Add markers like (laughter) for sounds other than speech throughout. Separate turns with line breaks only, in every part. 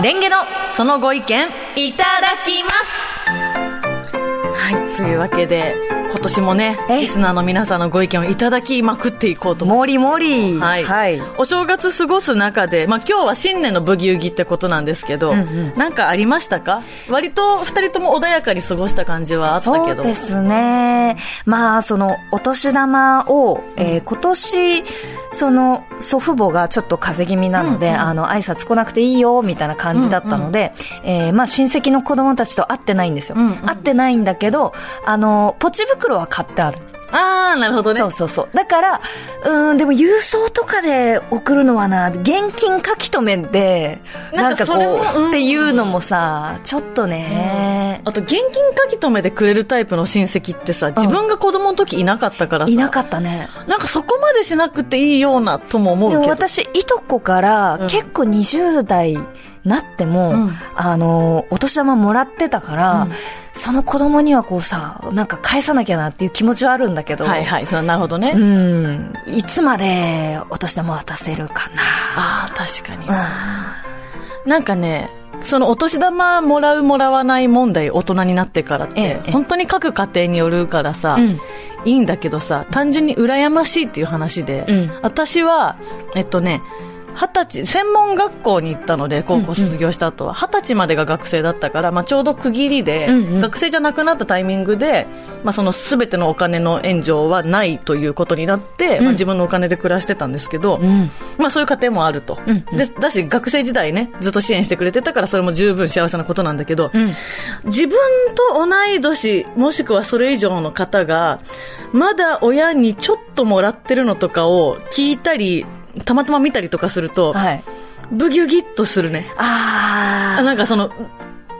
レンゲのそのご意見いただきますはいというわけで今年もね
え
リスナーの皆さんのご意見をいただきまくっていこうと思う
もりもり。
はい、お正月過ごす中で、まあ、今日は新年のブギウギってことなんですけど、
んうん
なんかありましたか割と2人とも穏やかに過ごした感じはあった
そ
け
う
ど
ですね。まあ、その、お年玉を、えー今年、その、祖父母がちょっと風邪気味なので、あの、挨拶来なくていいよ、みたいな感じだったので、えーまあ、親戚の子供たちと会ってないんですよ。
うんうん
会ってないんだけど、あの、ポチ袋は買ってある。
ああなるほどね
そうそうそう。だから、うーん、でも郵送とかで送るのはな、現金書き留めで、
な
なんん
か
か
それも
こ
うん
う、っていうのもさ、ちょっとね、
あと現金書き留めてくれるタイプの親戚ってさ自分が子供の時いなかったからさ、
いなかったね。
なんかそこまでしなくていいようなとも思う
で
けど
も私、いとこから
うん
結構20代なっても、
うん
あの、お年玉もらってたから、
うん
その子供にはこうさ、なんか返さなきゃなっていう気持ちはあるんだけど、
はいはいそれはなるほどね、
うん、いつまでお年玉渡せるか
ああ確かに、
な。
なんかねそのお年玉もらうもらわない問題大人になってからって、
ええ
本当に各家庭によるからさ、
うん
いいんだけどさ単純に羨ましいっていう話で、
うん
私はえっとね二十歳専門学校に行ったので高校卒業した後は二十歳までが学生だったから、まあ、ちょうど区切りで、
うんうん
学生じゃなくなったタイミングで、まあ、その全てのお金の援助はないということになって、まあ、自分のお金で暮らしてたんですけど、
うん
まあ、そういう家庭もあると、
うん
でだし学生時代ねずっと支援してくれてたからそれも十分幸せなことなんだけど、
うん
自分と同い年もしくはそれ以上の方がまだ親にちょっともらってるのとかを聞いたりたまたま見たりとかすると、
はい。
ブギュギッとするね
あ
あなんかその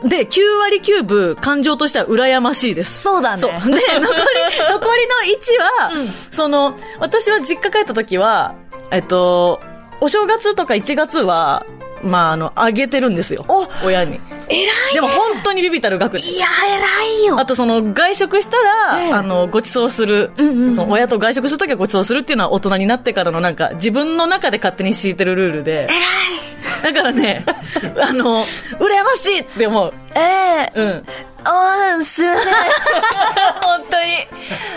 で9割9分感情としては羨ましいです
そうだね
そうで
(laughs)
残り残りの1は、その私は実家帰った時はえっとお正月とか1月はまああのあげてるんですよ
お
親に
あ、偉い
でも本当にビビたる額ね
いや、偉いよ
あとその外食したら、
ええ
あのご馳走する、
うんうんうん
その親と外食するときはご馳走するっていうのは大人になってからのなんか自分の中で勝手に敷いてるルールで
偉い
だからねあの羨ましいって思う
ええ
うん
おー、すいま
(laughs)
せん。本当に。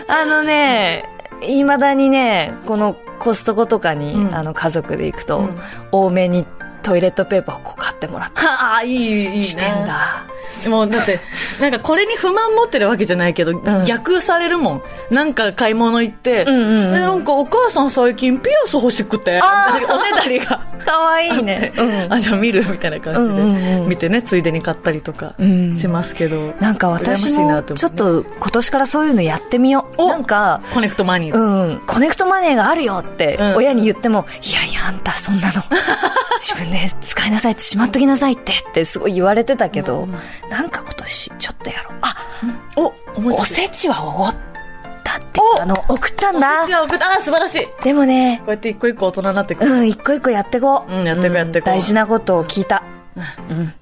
あのね、いまだにね、このコストコとかに、
うん
あの、家族で行くと、
うん
多めにトイレットペーパーをこう買ってもらった
はあいいいい
り
ね
してんだ。
もうだ
(laughs)
ってなんかこれに不満持ってるわけじゃないけど、
ん
逆されるもんなんか買い物行って、
んうんうん
えなんかお母さん最近ピアス欲しくて
あ
み
ー
たいなおねだりが
かわいいね。うん
(laughs) あじゃあ見るみたいな感じで、
うんうんうん
見てねついでに買ったりとか
ん
しますけど、
なんか私
羨ましいな
も、
て思うね
ちょっと今年からそういうのやってみよう。
お
なんか、
コネクトマニー、
うん、コネクトマネーがあるよって
うん
親に言っても、いやいや、あんたそんな
(laughs)
の、自分で使いなさいって、しまっときなさいってってすごい言われてたけど、なんか今年ちょっとやろう。あ、
お思い
お
ついた
せちはおごったって言ったの、送ったんだ
じ。ゃあ送ったあ素晴らしいこ
でもね、
うやって一個一個大人になっていく、
うん、一個一個やってこう。
うんやってこうやってこう
大事なことを聞いた。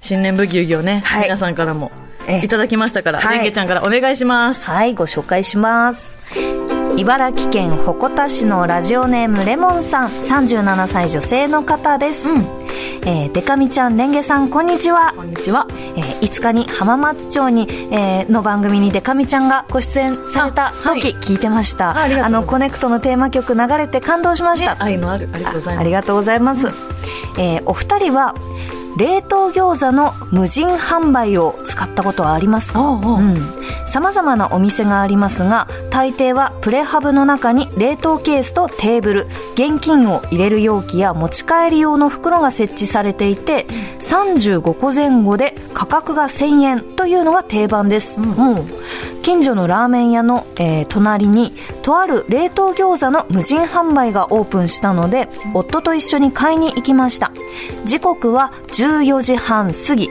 新年ブギウギをね、
はい
皆さんからも
ええ
いただきましたから、
はい
レンゲちゃんからお願いします
はい、ご紹介します。茨城県鉾田市のラジオネームレモンさん、37歳女性の方です。
うん
えーデカミちゃん、レンゲさん、こんにちは。
こんにちは
えー5日に浜松町に、えーの番組にデカミちゃんがご出演された
あはい
時、聞いてました。
あありがとうございます
の、コネクトのテーマ曲流れて感動しました。
愛のあるありがとうござい
あ
ます
りがとうございます。えーお二人は、冷凍餃子の無人販売を使ったことはありますか
おうおう
うん。様々なお店がありますが、大抵はプレハブの中に冷凍ケースとテーブル、現金を入れる容器や持ち帰り用の袋が設置されていて、35個前後で価格が1000円というのが定番です。うん近所のラーメン屋の、えー隣に、とある冷凍餃子の無人販売がオープンしたので、夫と一緒に買いに行きました。時刻は14時半過ぎ。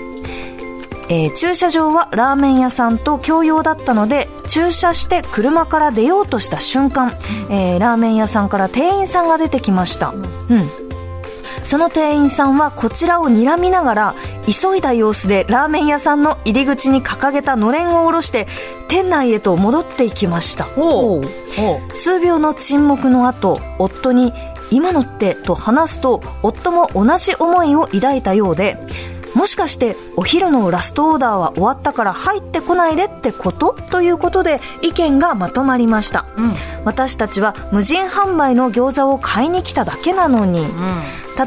えー駐車場はラーメン屋さんと共用だったので駐車して車から出ようとした瞬間、えーラーメン屋さんから店員さんが出てきました、うん、その店員さんはこちらを睨みながら急いだ様子でラーメン屋さんの入り口に掲げたのれんを下ろして店内へと戻っていきました
おうおう
数秒の沈黙の後夫に「今のって」と話すと夫も同じ思いを抱いたようでもしかしてお昼のラストオーダーは終わったから入ってこないでってことということで意見がまとまりました、
うん
私たちは無人販売の餃子を買いに来ただけなのに、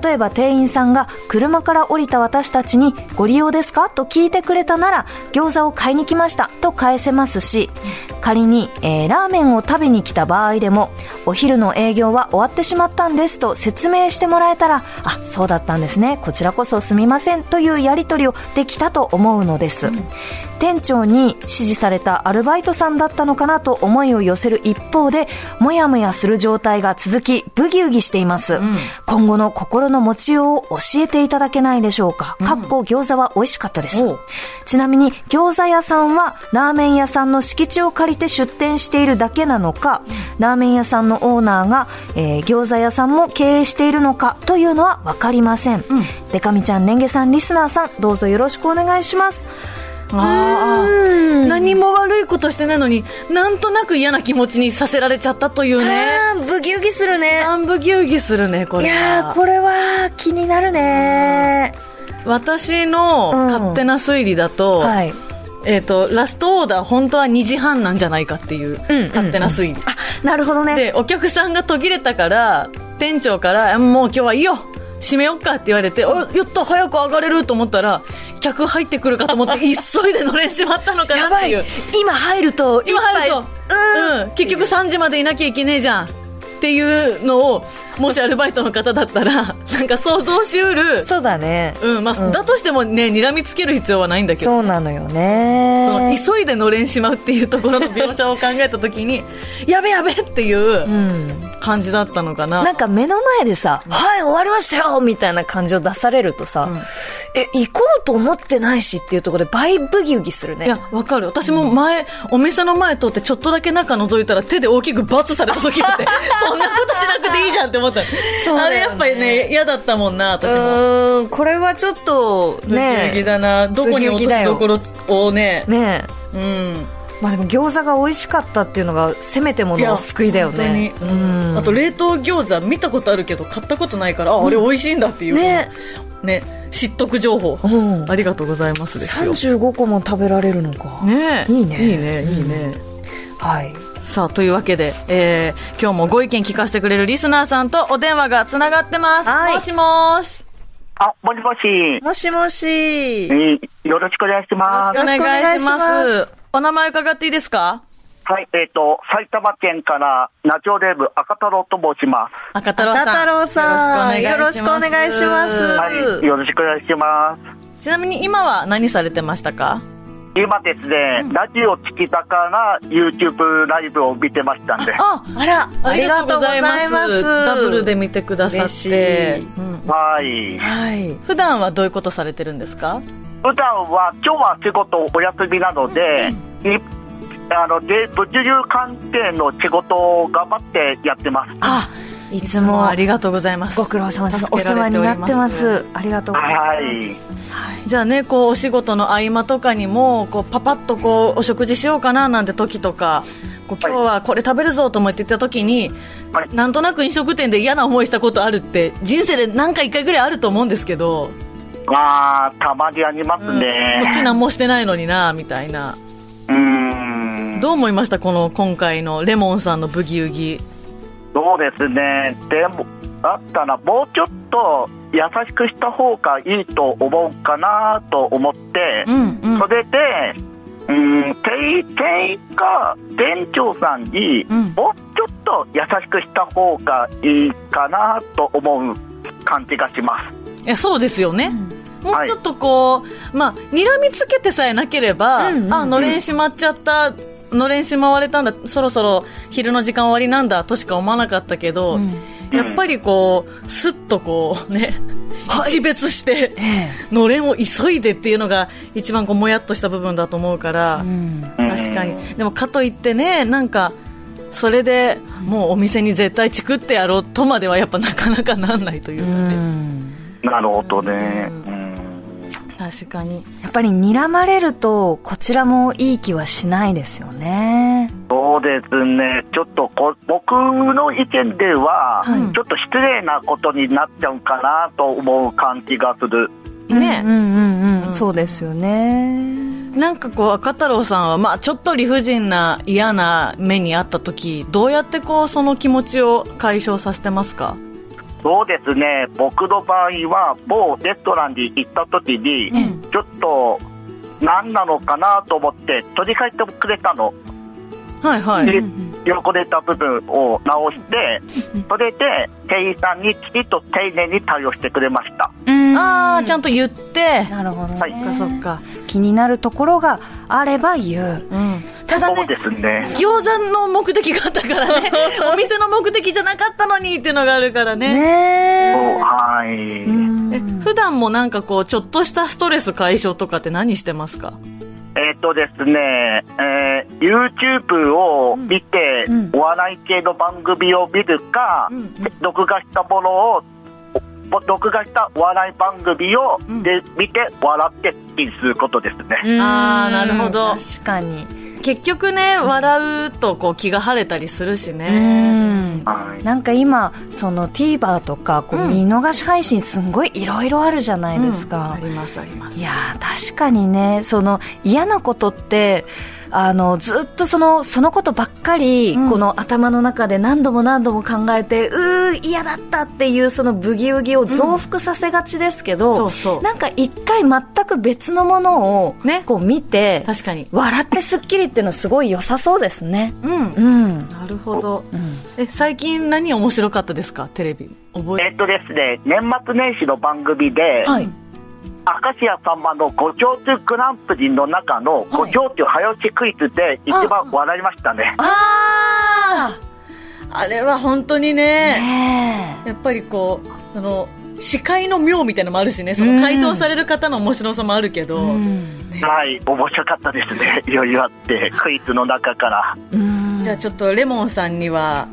例えば店員さんが車から降りた私たちにご利用ですかと聞いてくれたなら餃子を買いに来ましたと返せますし仮に、えーラーメンを食べに来た場合でもお昼の営業は終わってしまったんですと説明してもらえたらあそうだったんですねこちらこそすみませんというやり取りをできたと思うのです、店長に指示されたアルバイトさんだったのかなと思いを寄せる一方でもやもやする状態が続きブギウギしています、今後の心の持ちようを教えていただけないでしょうか、かっこ餃子は美味しかったです
おう
ちなみに餃子屋さんはラーメン屋さんの敷地を借りて出店しているだけなのかラーメン屋さんのオーナーが、えー餃子屋さんも経営しているのかというのは分かりません、でかみちゃんレンゲさんリスナーさんどうぞよろしくお願いしますあー
何も悪いことしてないのになんとなく嫌な気持ちにさせられちゃったというね
あーブギウギするね
アンブギウギするねこ
い
れは
やーこれは気になるね
私の
うん
勝手な推理だと,、
はい
えー、とラストオーダー本当は2時半なんじゃないかっていう
うん
勝手な推理、
あなるほどね
でお客さんが途切れたから店長からあ「もう今日はいいよ閉めよっか」って言われて「おやった早く上がれる」と思ったら客入ってくるかと思っ
(laughs)
て急いで乗れんしまったのか
や
なっ
ば
て
い
いう
今入ると
今入ると
一、
うん結局3時までいなきゃいけねえじゃんっていうのをもしアルバイトの方だったら (laughs) なんか想像しうる
杯そうだね
うんまあ
うん
だとしてもね睨みつける必要はないんだけど
そうなのよ
その
ね
急いでのれんしまうっていうところの描写を考えた時にやべやべっていう
うん
感じだったのかな
なんか目の前でさ、はい、終わりましたよみたいな感じを出されるとさ、
ん
え、行こうと思ってないしっていうところで倍ブギウギするね。
いやわかる私も前、お店の前通ってちょっとだけ中覗いたら手で大きく罰された時あ
(laughs)
ってそんなことしなくていいじゃんって思った、
そうだよね
あれやっぱりね嫌だったもんな
う
私も。
ーん、これはちょっと、
ブギウギ
ね
だな、どこに落としどころをね
え、ね
う
え
ん、
まあでも餃子が美味しかったっていうのが、せめても
い
の
や
救いだよね。
本当に
うん
あと冷凍餃子見たことあるけど買ったことないからああれ美味しいんだっていう、
ね
ね知っとく情報、
うん
ありがとうございますですよ
35個も食べられるのか。
ねえ
いいね
いいねいいね、
はい。
さあというわけで、えー今日もご意見聞かせてくれるリスナーさんとお電話がつながってます、
はい
もしもし
あ、もしもし。
もしもし。
えーよろしくお願いしま
よろ
す。
しくお願いします
お願いしお名前伺っていいですか
はい、えっ、と、埼玉県からナチョレーブ赤太郎と申します。
赤太郎さん
赤太郎さん
ます
よろしくお願いします
はい、よろしくお願いします。
ちなみに今は何されてましたか
今ですね、ラジオ聞きたから YouTube ライブを見てましたんで。
あ
あら、ありがとうございます。
ダブルで見てくださっ
嬉してい、
うん
はい。
はい。
普段はどういうことされてるんですか
普段は、今日は仕事お休みなので、いあの、で、物流関係の仕事を頑張ってやってます。
あ、い
い
つも
ありがとうございます
ご苦労様です。お
助け
世
ら
話
れ
に
おり
なってます。ありがとうございます。
はい
じゃあねこうお仕事の合間とかにもこうパパッとこうお食事しようかななんて時とかこう今
はい
日はこれ食べるぞと思って言った時に、
はい
なんとなく飲食店で嫌な思いしたことあるって人生で何回1回ぐらいあると思うんですけど、
まあ、たまにあります
うんこ
ね。
っち何もしてないのになみたいな
うーん。
どう思いましたこの今回のレモンさんのブギウギ
そうですね、でも、だったらもうちょっと優しくした方がいいと思うかなと思って、
んうん
それで、うん、店員店員か店長さんに、
ん
もうちょっと優しくした方がいいかなと思う感じがします。
いやそうですよね、もう
はい
ちょっとこう、まあ睨みつけてさえなければ、
うんうんうん
あのれんしまっちゃったのれんしまわれたんだそろそろ昼の時間終わりなんだとしか思わなかったけど、やっぱりこうすっとこうね、一別して
え
のれんを急いでっていうのが一番こうもやっとした部分だと思うから
え。う、ん。
うん
確かにでもかといってねなんかそれでもうお店に絶対チクってやろうとまではやっぱなかなかなんないというかね、
なるほどね。
う
うん
確かに
やっぱり睨まれると、こちらもいい気はしないですよね。
そうですね、ちょっとこ僕の意見では、
はい
ちょっと失礼なことになっちゃうかなと思う感じがする。
ね、
うんうんうん、うん、そうですよね
なんかこう赤太郎さんは、まあ、ちょっと理不尽な嫌な目にあった時どうやってこうその気持ちを解消させてますか
そうですね僕の場合は某レストランに行った時に、
うん
ちょっと何なのかなと思って取り返してくれたの、
はいはい、
で
ん
汚れた部分を直してそれで店員さんにきちっと丁寧に対応してくれました
ああちゃん
と
と言って
なるほどね、
はい
そっかそっか、
気になるところがあれば言う
うん、ただ
そう
ね
ですね
餃子の目的があったからねお店の目的じゃなかったのにっていうのがあるからね
ね
そう
え
はい、
うん
え普段もなんかこうちょっとしたストレス解消とかって何してますか
えっ、とですね、えー YouTube を見て、
うん
お笑い系の番組を見るか、
うん
録画したものを、お録画したお笑い番組を、
うん
で見て笑って気にすることですね。
あーなるほど
確かに
結局ね笑うとこう気が晴れたりするし
う
ね
ん
はい
なんか今その TVer とかこ
う
うん見逃し配信すんごいいろいろあるじゃないです
うんあ
か、
りますあります
いやー確かにねその嫌なことってあのずっとそのそのことばっかり、
うん
この頭の中で何度も何度も考えてうー嫌だったっていうそのブギウギを増幅させがちですけど、
そうそう
なんか一回全く別のものを
ね
こう見て、
確かに
笑ってスッキリっていうのはすごい良さそうですね
うん
うん、
なるほどえ最近何面白かったですかテレビ覚
え
え
っ、とですね、年末年始の番組で、
はい
明石家さんまのご長寿グランプリの中のご長寿早押しクイズで一番笑いましたね。
あああれは本当にね
ね
やっぱりこうあの司会の妙みたいなのもあるしねその回答される方の面白さもあるけど、
え
はい、面白かったですね。いろいろあって、クイズの中から。
うん
じゃあちょっとレモンさんには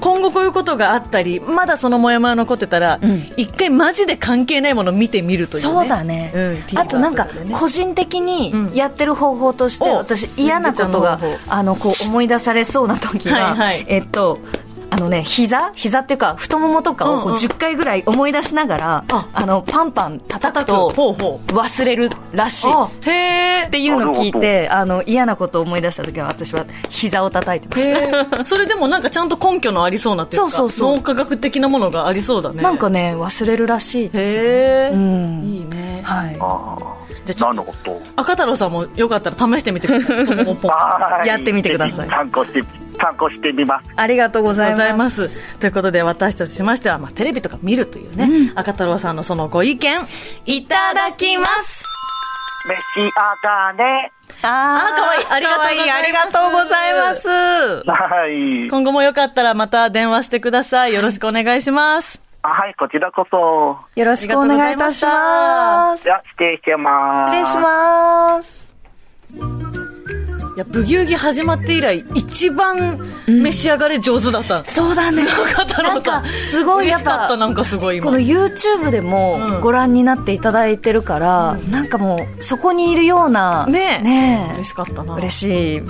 今後こういうことがあったりまだそのモヤモヤ残ってたら、
うん
一回マジで関係ないもの見てみるという、ね、
そうだね、
うん
あとなんか
TVer とでね
個人的
うん
にやってる方法として、
お
私嫌なことが
りんごちゃんの方
あのこう思い出されそうな時
は
は、
いはい
えっとあのね膝膝っていうか太ももとかをこ
うんう
う
ん
10回ぐらい思い出しながら、
あ
あのパンパン叩
叩く
くと
ほうほう
忘れるらしい
あへえ
っていうのを聞いてあの嫌なことを思い出した時は私は膝を叩いてます
へーそれでもなんかちゃんと根拠のありそうなっていうか
そうそうそう
脳科学的なものがありそうだね
(laughs) なんかね忘れるらしい、
へえ、
うん
いいね
はい
あ
じゃあち
あ、
ょ
なるほど。
赤太郎さんもよかったら試してみてください太
(laughs)
ももポン
は
やってみてください
参考して、参考してみます。
ありがとうご
あ
ざ
り
い
がとうござい
ます
ます。ということで、私たちとしましては、まあ、テレビとか見るというね、赤太郎さんのそのご意見、いただきます。
召し上がれ。
あ
あ可愛いありがとうございます
ありがとうございます
はい。
今後もよかったらまた電話してください。よろしくお願いします。
あはい、こちらこそ。
よろしくお願いいたします
じゃあ、失礼してま
失
す。
礼します
いや、ブギウギ始まって以来、一番召し上がれ上手だった。
そうだね
赤太
な
郎
ん
さ
か
ん。
すごい
嬉
やっ
しか
ぱ
った、なんかすごい今。
(laughs) この YouTube でも
ん
ご覧になっていただいてるから、なんかもうそこにいるような
ねえ
ね
嬉しかったな。
嬉しい、う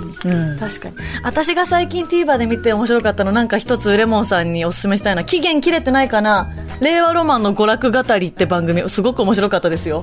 ん、
確かに私が最近 TVer で見て面白かったのなんか一つレモンさんにおすすめしたいな期限切れてないかな「令和ロマンの娯楽語り」って番組すごく面白かったですよ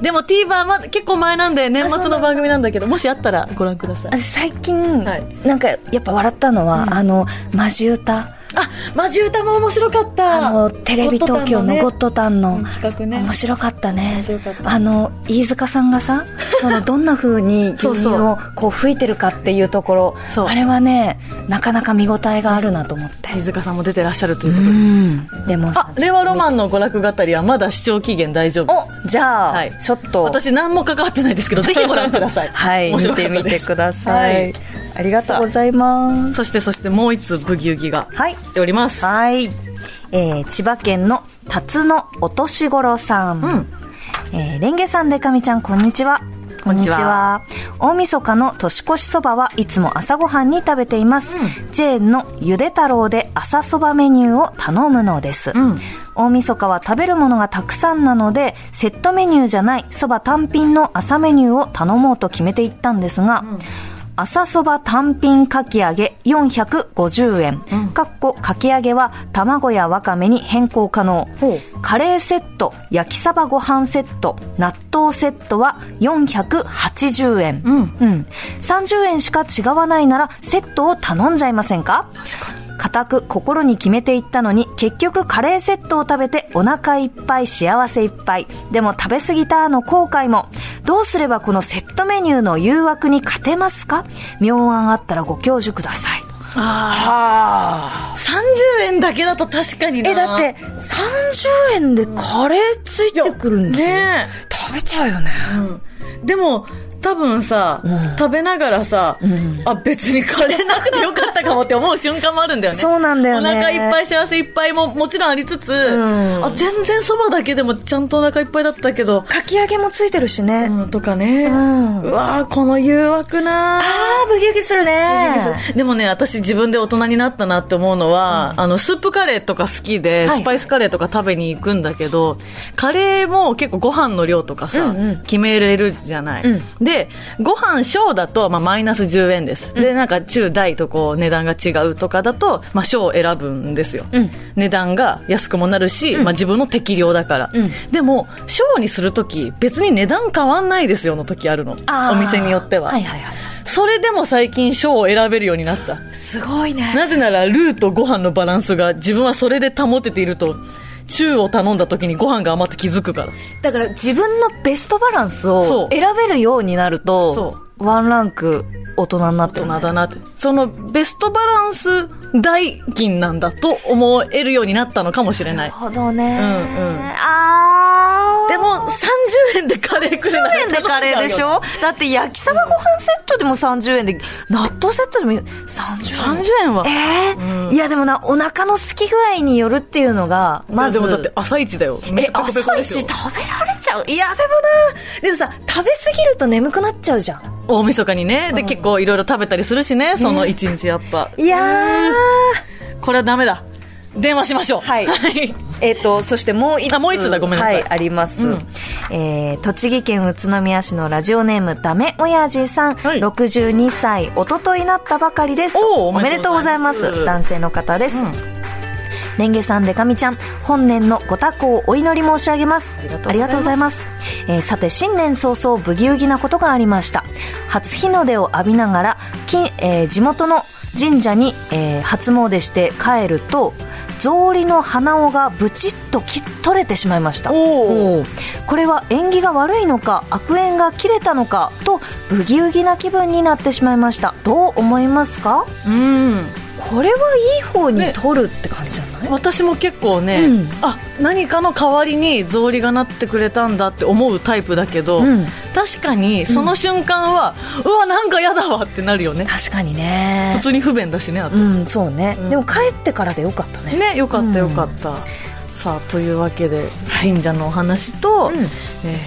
でも TVer まだ結構前なんで年末の番組なんだけどもしあったらご覧ください
私最近、
はい
なんかやっぱ笑ったのは、あのマジ歌
あマジ歌も面白かった
あのテレビ東京のゴッドタンの
うん企画ね
面白かったね
面白かった
あの飯塚さんが (laughs) さそのどんな風に牛
そう
乳
そう
をこう吹いてるかっていうところ
そう
あれはねなかなか見応えがあるなと思って
飯塚さんも出てらっしゃるというこ
う
とで
んレモンさ
あ
ん
令和ロマンの娯楽語りはまだ視聴期限大丈夫です
おじゃあ、
はい
ちょっと
私何も関わってないです (laughs) けどぜひご覧ください
はい
面
見
白かってたです
みてください、
はい
ありがとうございます
そしてそしてもう一通ブギウギが
はい
来ております
はい、えー、千葉県の辰野お年頃さん、
うん
えーレンゲさんでかみちゃんこんにちは
こんにちは
大晦日の年越しそばはいつも朝ごはんに食べています、ジェーンのゆで太郎で朝そばメニューを頼むのです、
ん
大晦日は食べるものがたくさんなのでセットメニューじゃないそば単品の朝メニューを頼もうと決めていったんですが、朝そば単品かき揚げ450円、かっこかき揚げは卵やわかめに変更可能
ほ
カレーセット焼きサバご飯セット納豆セットは480円、
うん
うん、30円しか違わないならセットを頼んじゃいませんか固く心に決めていったのに結局カレーセットを食べてお腹いっぱい幸せいっぱいでも食べ過ぎたの後悔もどうすればこのセットメニューの誘惑に勝てますか妙案あったらご教授くださいはあ
30円だけだと確かにな
えだって30円でカレーついてくるんですよ
ね
食べちゃうよね
えでも多分さ、食べながらさ、あ別にカレーなくてよかったかもって思う瞬間もあるんだよね
そうなんだよね
お腹いっぱい幸せいっぱいももちろんありつつ、
ん
あ全然そばだけでもちゃんとお腹いっぱいだったけど、
かき揚げもついてるしね、
うん、とかね、うんわーこの誘惑なー
ああブギウギするね
でもね私自分で大人になったなって思うのは、あのスープカレーとか好きで、
はい
スパイスカレーとか食べに行くんだけどカレーも結構ご飯の量とかさ、
うんうん
決めれるじゃない、
う
でご飯小だと、まあ、マイナス10円です、でなんか中大とこう値段が違うとかだと、まあ、小を選ぶんですよ、
うん
値段が安くもなるし、まあ、自分の適量だから、
うん
でも小にするとき別に値段変わんないですよの時あるの
あー
お店によっては、
はいはいはい
それでも最近賞を選べるようになった
すごいね
なぜならルーとご飯のバランスが自分はそれで保てていると中を頼んだ時にご飯が余って気づくから
だから自分のベストバランス
そ
を
う
選べるようになると
そ
ワンランク大人になって
大
る、
人だなってそのベストバランス代金なんだと思えるようになったのかもしれ
な
ない
るほどね、
うんうん
ああ
でも30円でカレーくれない
30円でカレーでしょだって焼きそばご飯セットでも30円で納豆セットでも30円
30円は
えーいやでもなお腹の好き具合によるっていうのがまず
でもだって朝一だよめっ
え
ちゃペコペコ
朝
で
一
し
食
ょ
べられちゃういやでもなでもさ食べ過ぎると眠くなっちゃうじゃん
大晦日にねで結構いろいろ食べたりするしねその一日やっぱ
いやー
これはダメだ電話しましょう
はい
はい
えっ、と、そしてもう一つ。
あもう一つだごめんなさい
はい、あります。
うん
えー、栃木県宇都宮市のラジオネーム、ダメおやじさん。
はい
62歳、おとといなったばかりです。
おーお
め
め
で
で
と
と
う
う
ご
ご
ざ
ざ
い
い
ま。
ますす
男性の方です。
うん
レンゲさん、デカミちゃん、本年のご多幸をお祈り申し上げます。あ
あ
り
りがとう
がとう
ご
ござ
ざ
い
い
ます。えーさて、新年早々、ブギウギなことがありました。初日の出を浴びながら、きえー地元の神社に、えー初詣して帰ると、草履の鼻緒がブチッと切取れてしまいました。
おー
これは縁起が悪いのか悪縁が切れたのかとブギウギな気分になってしまいましたどう思いますか
うん
これはいい方に
ね
取るって感じじゃない、
私も結構ね、
うん
あ何かの代わりに草履がなってくれたんだって思うタイプだけど、
うん
確かにその瞬間は、うわなんか嫌だわってなるよね
確かにね
普通に不便だしねあと
うんそうね、
うん
でも帰ってからでよかったね
ねよか
う
っ
ん
たよかった、さあというわけで神社のお話と、
うん
えー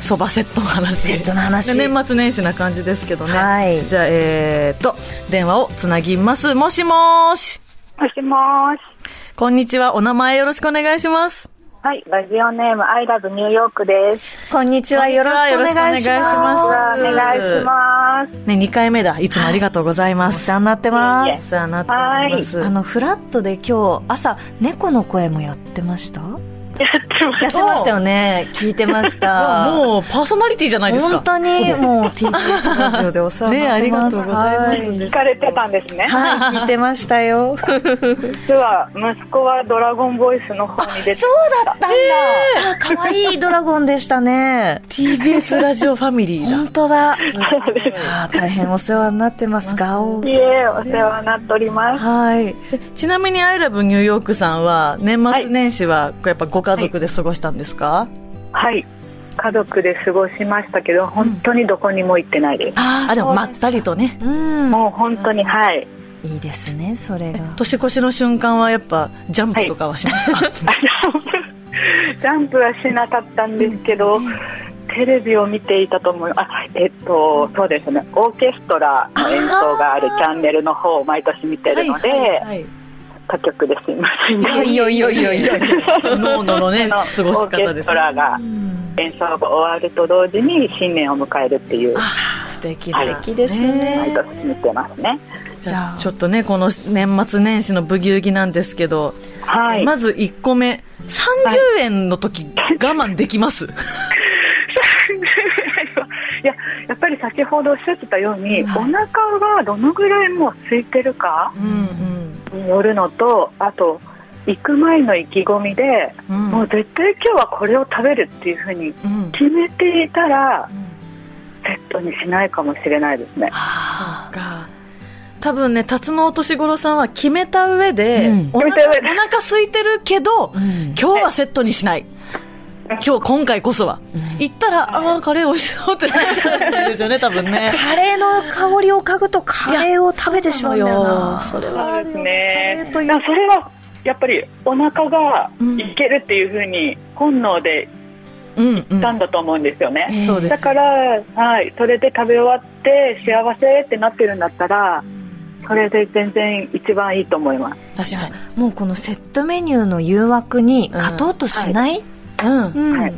そばセットの話
セットの話
で年末年始な感じですけどね、
はい
じゃあえー、と電話をつなぎますもしもーし
もしもーし。
こんにちはお名前よろしくお願いします
はい、ラジオネーム、アイラブニューヨークです。
こんにち
こ
は
んに
よ
ち
ろし
は
くお願いし
よろしくお願
ます
いし
お
ま
願いします。
ね、2回目だ。いつもありがとうございま
お
す。
世話になってま
いえい
す
お世話になっております。
あのフラットで今日朝猫の声 (laughs) もやってました
やってます。
やってましたよね聞いてまし
あ (laughs)
た
もうパーソナリティじゃないですか。
本当にもう TBS ラジオでお世話にな
ね
ってます。
ありがとうございます
はい
聞かれてたんですね。
はい、聞いてましたよ。
(laughs)
そうだっ
実は、息子はドラゴンボイスの方に出て、
たんだ。あ、可愛いドラゴンでしたね。
TBS ラジオファミリーだ。
本
(laughs)
当だ。
そうです。
あー大変お世話になってます。ガオ
い。え、お世話になっております。
はい。
ちなみに、アイラブニューヨークさんは、年末年始は、やっぱご家族で過ごしたんですか、
はい。家族で過ごしましたけど、本当にどこにも行ってないです。
あ
あ、でも、まったりとね。
うん。
もう本当に、はい。 (laughs)
いいですね、それが。
年越しの瞬間は、やっぱ、ジャンプとかはしました。
ジャンプはしなかったんですけど、テレビを見ていたと思う。あ、えっと、そうですね。オーケストラの演奏があるチャンネルの方を毎年見てるので、
い。
他局ですいません。
いやいやいやいやいや。ノーノの
(laughs)
ね、
あの
過ごし
オーケ
方で
ス
す
ト。ラが演奏が終わると同時に新年を迎えるっていう。
あ素
素敵
はい
素敵ですね
ね
毎年見てますね。
じゃあちょっとねこの年末年始のブギウギなんですけど、
(laughs) はい。
まず1個目30円の時、我慢できます
いややっぱり先ほどおっしゃってたように、お腹がどのぐらいもう空いてるか
うん
によるのとあと行く前の意気込みで、
うんう
も
ん
う絶対今日はこれを食べるっていうふうに
うん
決めていたら、セットにしないかもしれないですね。
そっか多分ね辰野お年頃さんは決めた上で、
うん
お
決めた
腹
上で
お腹空いてるけど、
ん
今日はセットにしない今日今回こそは、行ったらああカレー美味しそうってなっちゃうんですよね多分ね
カレーの香りを嗅ぐとカレーを食べてしまうんだよな
そうなのよそれは
そ
あ
う
るよ
で
カ
す
レ
ね。
ー
そ
とい
れ
う
はやっぱりお腹がいけるっていうふうに本能で
うんうん
たんだと思うんですよね。
そうで
だ
すよ
から、はい、それで食べ終わって幸せってなってるんだったらそれで全然一番いいと思います
確か
もうこのセットメニューの誘惑に勝とうとしない、
にうん
うん
はい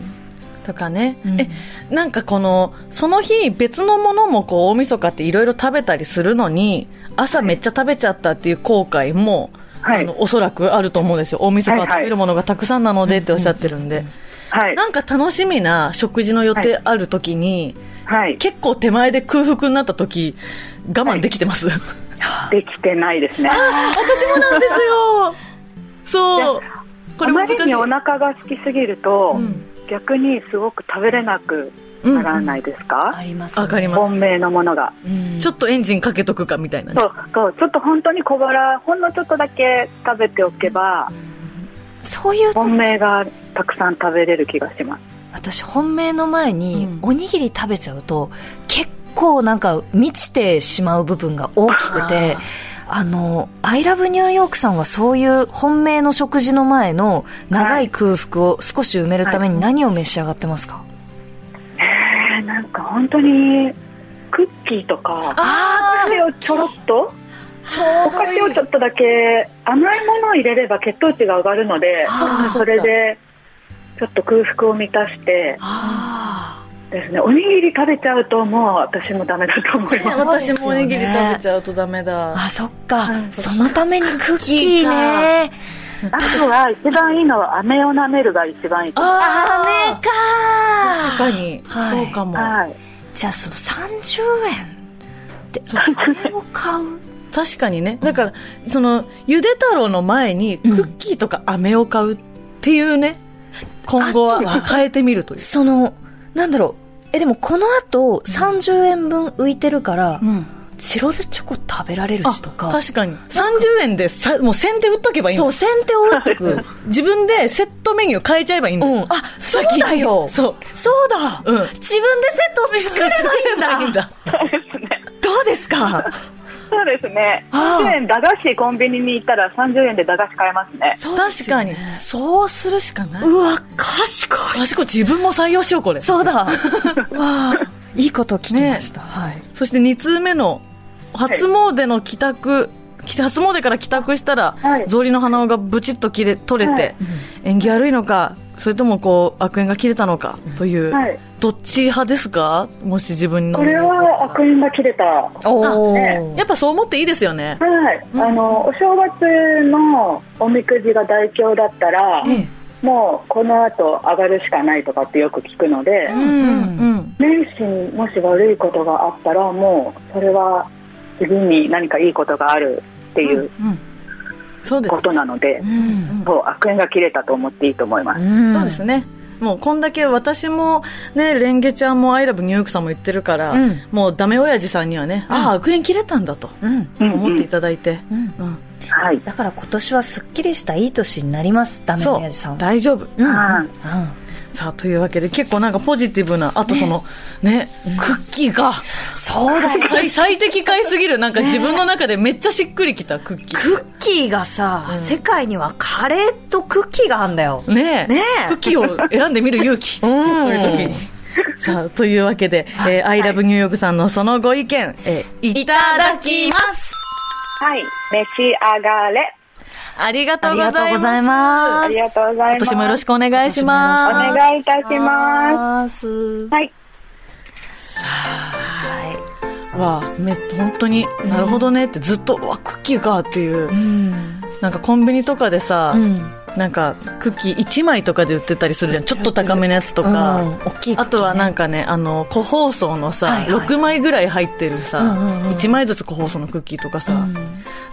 とかね、
うん
えなんかこのその日別のものもこう大晦日っていろいろ食べたりするのに朝めっちゃ食べちゃったっていう後悔も、
はい
あのおそらくあると思うんですよ大晦日は食べるものがたくさんなのでっておっしゃってるんで、
はい
なんか楽しみな食事の予定ある時に、
はい
結構手前で空腹になった時我慢できてます、
できてないですね
私も (laughs) なんですよそうこ
あ
れ
ま
難し
り
い
にお腹が空きすぎると、
うん
逆にすごく食べれなくならないです
あ
か、
ります
わかります
本命のものが、
ちょっとエンジンかけとくかみたいなね
そうそうちょっと本当に小腹ほんのちょっとだけ食べておけば
そういうと
本命がたくさん食べれる気がします
私本命の前に
うん
おにぎり食べちゃうと結構なんか満ちてしまう部分が大きくてあの「アイラブニューヨーク」さんはそういう本命の食事の前の長い空腹を少し埋めるために何を召し上がってますか、
えーなんか本当にクッキーとか
あ
お菓子をちょろっと
ちょ
お菓子をちょっとだけ甘いものを入れれば血糖値が上がるので
そっかそっか
それでちょっと空腹を満たしてですねおにぎり食べちゃうともう私もダメだと思います
私もおにぎり食べちゃうとダメだ
あそっか、
はい
そのためにクッキ
キ
ー
ー
ね
か
あとは一番いいのは飴を舐めるが一番いいと思い
あ
か
あ確かに、
はい
そうかも、
ますはい
じゃあその30円であれを買う
確かにねだからそのゆで太郎の前にクッキーとか飴を買うっていうね、今後
あ
は
とは
変えてみるという、
そのなんだろうえでもこの後30円分浮いてるから、チロルチョコ食べられる
あ
しとか
確かに30円でさもう先手打っとけばいいの
そう先手を打っとく
自分でセットメニュー変えちゃえばいいの、
うんあそうだよそ
そう
うだ、
うん
自分でセットを作ればいいんだ
だ
どうですか
そうですね
あー
30円駄菓子コンビニに行ったら30円で駄菓子買えますね
そうで
(laughs) 確
すよ
か
ね
にそうするしかないう
わ賢い
あしこ自分も採用しようこれ
そう (laughs) だわあいいこと聞きました、はい
そして2通目の初詣の帰宅、き初詣から帰宅したら、
はい
草履の鼻緒がブチッと切れ取れて、
はい
縁起悪いのかそれともこう悪縁が切れたのかという、
はい
どっち派ですかもし自分の
これは悪縁が切れた
おお、
ね
やっぱそう思っていいですよね
はい、
うん
あのお正月のおみくじが大凶だったら、
ええ
もうこの後上がるしかないとかってよく聞くので、
うん
うん
年始にもし悪いことがあったらもうそれは次に何かいいことがあるっていう
そうです
ことなので、
うん
そう悪縁が切れたと思っていいと思います、
ん
そうですねもうこんだけ私もねレンゲちゃんも「アイラブニューヨーク」さんも言ってるから、
うん
もうダメ親父さんにはね、ああ悪縁切れたんだと
うん
うん
思
う
ってい
ん、
ただいて、
うん
うん
はい、
だから今年はすっきりしたいい年になりますダメ
そ
な
う
やじさんは
大丈夫、
は
う
い
ん
さあというわけで結構なんかポジティブなあとそのねクッキーが
そうだよ
最最適解すぎるなんか自分の中でめっちゃしっくりきたクッキ
クッキーがさ、世界にはカレーとクッキーがあんだよ
ーねえ
ねえ
クッキーを選んでみる勇気 (laughs) そういう時にさあというわけで「えーアイラブニューヨーク」さんのそのご意見、えーいただきます
はい、召し上がれ
ありがと
あ
う
り
ご
がと
ざ
う
い
ござい
ます
ま
あ
す
りがとうござい
今
ます
年もよろしくお願いし
お
ます
願いいたします
す
はい
はい
はめ本当になるほどねってずっと、うわクッキーかっていう、
うん
なんかコンビニとかでさ、
うん
なんかクッキー1枚とかで売ってたりするじゃんちょっと高めのやつとか、
うん大きいクッキーね
あとはなんかねあの個包装のさ、
はいはい
6枚ぐらい入ってるさ、
うんうんうん
1枚ずつ個包装のクッキーとかさ、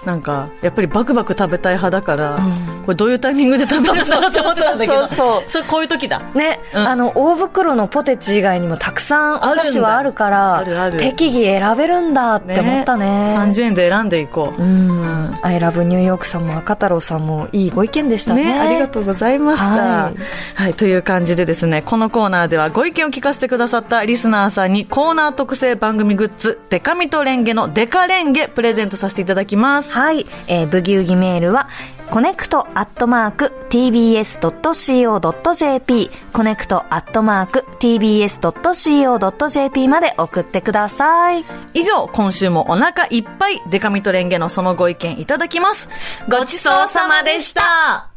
なんかやっぱりバクバク食べたい派だから、
ん
これどういうタイミングで食べるんだろうと思ってたんだけど
そうそうそう
それこういう時だ
ね、
うん
あの大袋のポテチ以外にもたくさんお
あるんだ
菓子はあるから
あるある
適宜選べるんだって思ったね
30円で選んでいこう、
うん「アイラブニューヨーク」さんも赤太郎さんもいいご意見でしたね
ありがとうございました。
は
はいい、という感じでですね、このコーナーではご意見を聞かせてくださったリスナーさんにコーナー特製番組グッズ、デカミとレンゲのデカレンゲプレゼントさせていただきます。
はい、えー、ブギウギメールは、コネクトアットマーク tbs.co.jp コネクトアットマーク tbs.co.jp まで送ってください。
以上、今週もお腹いっぱいデカミとレンゲのそのご意見いただきます。ごちそうさまでした。